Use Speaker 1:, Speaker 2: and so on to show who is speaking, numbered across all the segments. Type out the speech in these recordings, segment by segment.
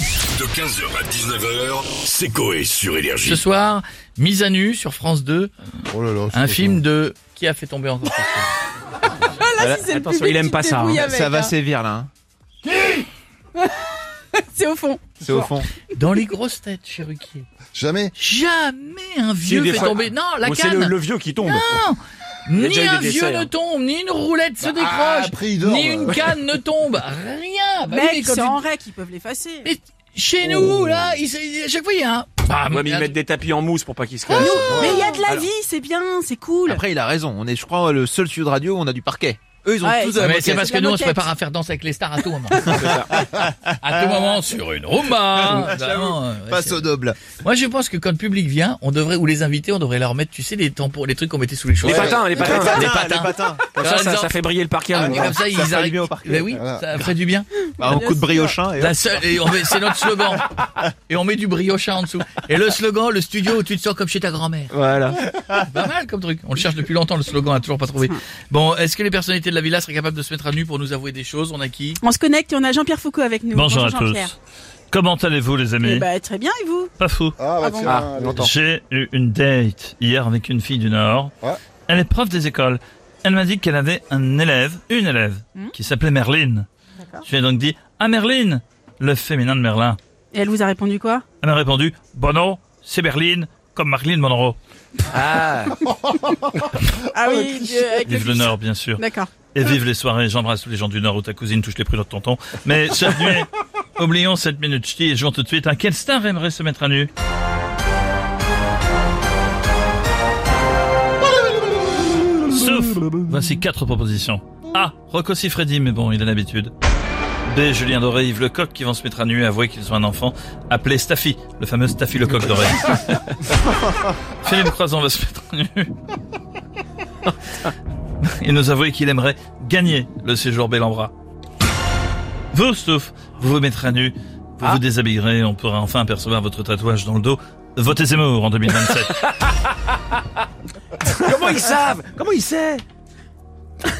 Speaker 1: De 15h à 19h, c'est Coé sur
Speaker 2: Ce
Speaker 1: Énergie.
Speaker 2: soir, mise à nu sur France 2,
Speaker 3: Ah,
Speaker 4: Oh là là,
Speaker 2: un
Speaker 4: c'est
Speaker 2: film de qui a fait tomber encore quelqu'un
Speaker 5: Voilà, Ah, si c'est le public
Speaker 3: il aime
Speaker 5: qui
Speaker 3: pas
Speaker 5: te
Speaker 3: ça, hein.
Speaker 5: débrouille avec,
Speaker 6: Ça va
Speaker 5: hein.
Speaker 6: sévir là. hein.
Speaker 5: C'est au fond.
Speaker 6: C'est au fond.
Speaker 2: Dans les grosses têtes, Chéruquier.
Speaker 4: Jamais.
Speaker 2: Jamais un vieux
Speaker 3: des
Speaker 2: fait
Speaker 3: fois-
Speaker 2: tomber. Non, la
Speaker 3: Ou c'est
Speaker 2: canne.
Speaker 3: le, le vieux qui tombe. y a
Speaker 2: Ni
Speaker 3: déjà eu
Speaker 2: un
Speaker 3: des
Speaker 2: vieux
Speaker 3: décès,
Speaker 2: ne
Speaker 3: hein. Ah,
Speaker 2: tombe, ni une roulette se décroche,
Speaker 4: après, il dort,
Speaker 2: ni
Speaker 4: là.
Speaker 2: une canne ne tombe. Rien. Bah oui, mais
Speaker 5: Mec,
Speaker 2: quand
Speaker 5: c'est
Speaker 2: tu-
Speaker 5: en règle qu'ils peuvent l'effacer.
Speaker 2: Mais chez
Speaker 3: Oh.
Speaker 2: nous, là, il s'est- à chaque fois, il y a un. Bam.
Speaker 3: Ouais, mais ils mettent des tapis en mousse pour pas qu'ils se cassent.
Speaker 5: Mais il y a de la vie, c'est bien, c'est cool.
Speaker 6: Après, il a raison. On est, je crois, le seul sud radio où on a du parquet. Ah,
Speaker 4: Ah,
Speaker 6: Eux, ils ont
Speaker 5: Ouais,
Speaker 6: tous
Speaker 5: c'est-
Speaker 6: de la
Speaker 2: mais
Speaker 6: moquette.
Speaker 2: c'est parce que
Speaker 5: La
Speaker 2: nous on se
Speaker 5: moquette.
Speaker 2: prépare à faire danse avec les stars à tout moment. à tout moment sur une rumba. Vraiment, euh, ouais,
Speaker 6: Pas
Speaker 2: c'est-
Speaker 6: Sonoble.
Speaker 2: Moi, je pense que quand le public vient, on devrait, ou les invités, on devrait leur mettre, tu sais, les tampons, les trucs qu'on mettait sous les
Speaker 3: Les
Speaker 2: chaussures.
Speaker 3: patins, les patins.
Speaker 2: patins,
Speaker 3: Des
Speaker 2: les
Speaker 3: patins.
Speaker 2: patins.
Speaker 3: Comme ça,
Speaker 2: Par
Speaker 3: ça,
Speaker 2: exemple.
Speaker 3: ça fait briller le parquet.
Speaker 2: Et comme ça, ils
Speaker 6: fait du
Speaker 2: arrivent.
Speaker 6: bien au parquet.
Speaker 2: Ben oui,
Speaker 4: Voilà.
Speaker 2: ça ferait du bien.
Speaker 6: Bah, on
Speaker 5: Bien
Speaker 6: coupe
Speaker 5: sûr.
Speaker 6: briochin et
Speaker 2: La seule, et on met- c'est notre slogan. Et on met du briochin en dessous. Et le slogan, le studio où tu te sens comme chez ta grand-mère.
Speaker 3: Voilà.
Speaker 2: Pas mal comme truc. On le cherche depuis longtemps, le slogan, on a toujours pas trouvé. Bon, est-ce que les personnalités de la villa seraient capables de se mettre à nu pour nous avouer des choses? On a qui?
Speaker 5: On se connecte et on a Jean-Pierre Foucault avec nous.
Speaker 7: Bonjour, à tous.
Speaker 5: Jean-Pierre.
Speaker 7: Comment allez-vous les
Speaker 5: Eh
Speaker 7: amis
Speaker 5: ben, très bien, et vous
Speaker 7: Pas fou.
Speaker 4: Ah, bah
Speaker 5: Ah bon.
Speaker 4: tiens,
Speaker 6: Ah,
Speaker 4: allez.
Speaker 6: longtemps.
Speaker 7: J'ai eu une date hier avec une fille du Nord.
Speaker 4: Ouais.
Speaker 7: Elle est prof des écoles. Elle m'a dit qu'elle avait un élève, une élève, qui s'appelait Merline.
Speaker 5: Hmm D'accord.
Speaker 7: Je lui ai donc dit Ah Merline Le féminin de Merlin.
Speaker 5: Et elle vous a répondu quoi
Speaker 7: Elle m'a répondu Bon non, c'est Berline, comme Marilyn Monroe.
Speaker 3: Ah,
Speaker 5: Ah oui, Dieu, avec
Speaker 7: Vive le Nord, bien sûr.
Speaker 5: D'accord.
Speaker 7: Et vive les soirées, j'embrasse tous les gens du Nord où ta cousine touche les pruneaux de tonton. Mais cette nuit, oublions cette minute ch'ti et jouons tout de suite à quel star aimerait se mettre à nu Sauf, voici quatre propositions. A. Rocco Siffredi, mais bon, il a l'habitude. B. Julien Doré, Yves Lecoq qui vont se mettre à nu et avouer qu'ils ont un enfant appelé Staffy, le fameux Staffy Lecoq Doré. Philippe Croison va se mettre à nu et nous avouer qu'il aimerait gagner le séjour Bellambra. Vous, Stouff, vous vous mettrez à nu, vous vous déshabillerez, on pourra enfin apercevoir votre tatouage dans le dos. Votez Zemmour en 2027.
Speaker 3: comment ils savent Comment ils savent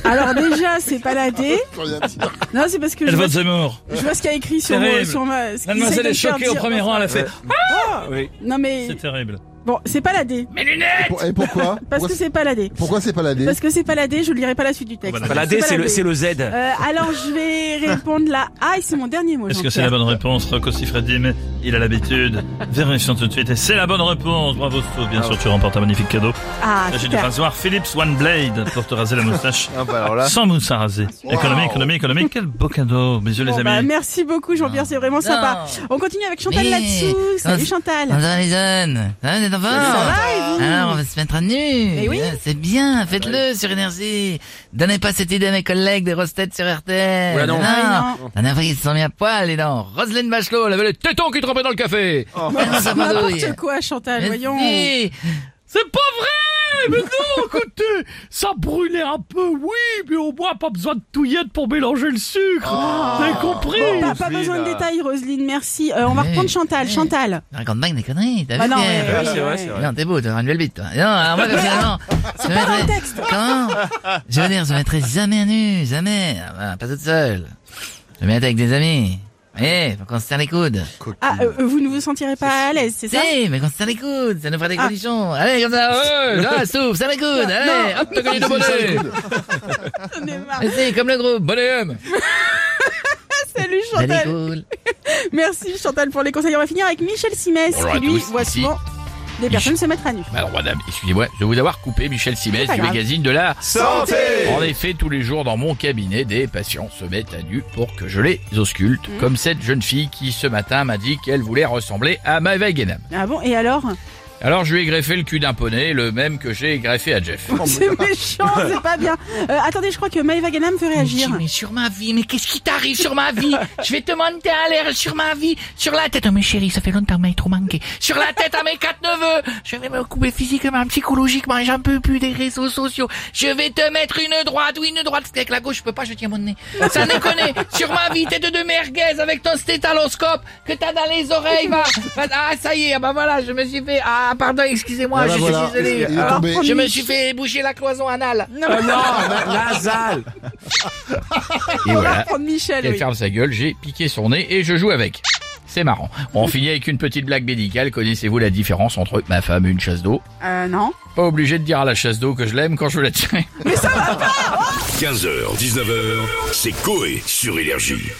Speaker 5: Alors déjà, c'est pas la D.
Speaker 4: Quand il y a un petit-
Speaker 5: Non, c'est parce que je
Speaker 7: Elle
Speaker 5: vois,
Speaker 7: vote Zemmour.
Speaker 5: je vois ce qu'il y a écrit sur,
Speaker 7: Terrible.
Speaker 5: mon- sur ma... ce qu'il essaie
Speaker 7: Mademoiselle
Speaker 5: de me
Speaker 7: est
Speaker 5: faire
Speaker 7: choquée au
Speaker 5: dire.
Speaker 7: premier rang, elle a fait.
Speaker 3: Ah, oui.
Speaker 5: Non mais,
Speaker 7: Euh, C'est terrible.
Speaker 5: bon, c'est pas la D.
Speaker 4: Et pour- Et pourquoi
Speaker 5: Parce
Speaker 4: Pourquoi
Speaker 5: que c'est pas la D.
Speaker 4: c'est- Pourquoi c'est pas la D
Speaker 5: Parce que c'est pas la D, je lirai pas la suite du texte.
Speaker 7: Voilà.
Speaker 3: Bah, la
Speaker 5: C'est
Speaker 3: D,
Speaker 5: pas
Speaker 3: c'est
Speaker 5: la
Speaker 3: le, c'est le Z.
Speaker 5: Euh, alors je vais répondre la A et c'est mon dernier mot.
Speaker 7: Est-ce que c'est
Speaker 5: Jean-Pierre.
Speaker 7: la bonne réponse, Rocco Siffredi Mais il a l'habitude. Vérifions tout de suite. Et c'est la bonne réponse. Bravo, Stouff.
Speaker 6: Ah
Speaker 7: Bien sûr, tu remportes un magnifique cadeau.
Speaker 5: Ah,
Speaker 7: J'ai du
Speaker 5: super.
Speaker 7: rasoir Philips One Blade pour te raser la moustache.
Speaker 6: Ah, bah, alors là. Ah,
Speaker 7: Sans mousse à raser.
Speaker 4: Wow.
Speaker 7: Économie, économie, économie. Quel beau cadeau. Bisous,
Speaker 5: Bon,
Speaker 7: les
Speaker 5: bah,
Speaker 7: amis.
Speaker 5: merci beaucoup Jean-Pierre, c'est vraiment sympa. On continue avec Chantal
Speaker 2: Mais-
Speaker 5: là-dessous. Salut
Speaker 2: Quand-
Speaker 5: Chantal.
Speaker 2: Bonjour les jeunes. Ça va, vous êtes en forme
Speaker 5: Ça va et vous
Speaker 2: Alors, Ah, on va se mettre à nu.
Speaker 5: Eh oui. Ah
Speaker 2: Bien, C'est bien, faites-le sur Énergie. Donnez pas cette idée à mes collègues des grosses têtes sur RTL.
Speaker 3: Oula, non.
Speaker 5: Ah,
Speaker 2: non. En avril, ils se sont mis à poil, les dents. Roselyne Bachelot, elle avait le téton qui trempait dans le café. Oh, ça bredouille.
Speaker 5: N'importe quoi Chantal,
Speaker 2: Mais
Speaker 5: voyons.
Speaker 2: si. C'est pas vrai Mais non, écoutez, ça brûlait un peu, oui, mais au moins pas besoin de touillette pour mélanger le sucre.
Speaker 5: Ah.
Speaker 2: Vous avez compris
Speaker 5: Bon, Pas, pas
Speaker 6: Roselyne.
Speaker 5: besoin de détails Roselyne, merci. Euh, on va
Speaker 2: Oui.
Speaker 5: reprendre Chantal.
Speaker 2: Oui.
Speaker 5: Chantal.
Speaker 2: Raconte pas que des conneries, t'as
Speaker 5: Bah
Speaker 2: vu
Speaker 5: non,
Speaker 2: Pierre
Speaker 5: mais-
Speaker 3: Ah, c'est vrai, c'est vrai.
Speaker 2: Non, t'es beau, t'as une belle bite, toi. Non, alors moi, personnellement, je me
Speaker 5: Dans le
Speaker 2: mettrais...
Speaker 5: texte.
Speaker 2: Comment Je veux dire, je me mettrais jamais à nu, jamais. Ah bah, pas toute seule. Je me mettrais avec des amis. Eh, faut qu'on se serre les coudes.
Speaker 5: Ah, euh, euh, vous ne vous sentirez pas à l'aise, c'est ça
Speaker 2: Si, mais qu'on se serre les coudes, ça nous fera des
Speaker 5: Ah.
Speaker 2: conditions. Allez, comme ça, ouais, là, souffle, serre les coudes, allez, hop, te cogne de bonnet.
Speaker 5: J'en ai marre.
Speaker 2: Vas-y, comme le groupe, bonnet homme.
Speaker 5: Salut
Speaker 2: Allez,
Speaker 5: Chantal.
Speaker 2: cool.
Speaker 5: Merci Chantal pour les conseils. On va finir avec Michel Simès
Speaker 1: Bonjour à
Speaker 5: qui lui
Speaker 1: tous,
Speaker 5: voit
Speaker 1: ici.
Speaker 5: souvent des personnes se mettre à nu.
Speaker 1: Bah alors madame, excusez-moi de vous avoir coupé Michel Simès
Speaker 5: pas
Speaker 1: du
Speaker 5: grave.
Speaker 1: magazine de la...
Speaker 6: Santé
Speaker 1: En effet, tous les jours dans mon cabinet, des patients se mettent à nu pour que je les ausculte,
Speaker 5: Mm.
Speaker 1: comme cette jeune fille qui ce matin m'a dit qu'elle voulait ressembler à ma Wagenham.
Speaker 5: Ah bon Et alors
Speaker 1: Alors je lui ai greffé le cul d'un poney, le même que j'ai greffé à Jeff.
Speaker 5: C'est méchant, c'est pas bien. Euh, attendez, je crois que Maëva Ganam veut réagir.
Speaker 2: Mais sur ma vie, mais qu'est-ce qui t'arrive sur ma vie Je vais te monter à l'air sur ma vie, sur la tête. Oh, mais chérie, ça fait longtemps que m'avez trop manqué. Sur la tête à mes quatre neveux. Je vais me couper physiquement, psychologiquement, et j'en peux plus des réseaux sociaux. Je vais te mettre une droite, oui, une droite. Avec la gauche, je peux pas, je tiens mon nez. Ça déconne. sur ma vie, tête de merguez avec ton stétaloscope que t'as dans les oreilles, va. Ah, ça y est, ah bah voilà, je me suis fait. Ah, pardon, excusez-moi,
Speaker 4: Ah bah
Speaker 2: je
Speaker 4: voilà,
Speaker 2: suis désolé.
Speaker 4: il est
Speaker 2: Ah,
Speaker 4: tombé.
Speaker 2: Je me suis fait boucher la cloison anale.
Speaker 5: Euh,
Speaker 3: Ah, non, nasal.
Speaker 1: Et
Speaker 5: On va
Speaker 1: voilà,
Speaker 5: reprendre Michel.
Speaker 2: Ah
Speaker 1: elle
Speaker 5: oui.
Speaker 1: ferme sa gueule, j'ai piqué son nez et je joue avec.
Speaker 2: c'est marrant. On finit avec une petite blague médicale. Connaissez-vous la différence entre ma femme et une chasse d'eau
Speaker 5: Euh, non.
Speaker 2: Pas obligé de dire à la chasse d'eau que je l'aime quand je veux la tirer.
Speaker 8: 15h, 19h, c'est Coé sur Énergie.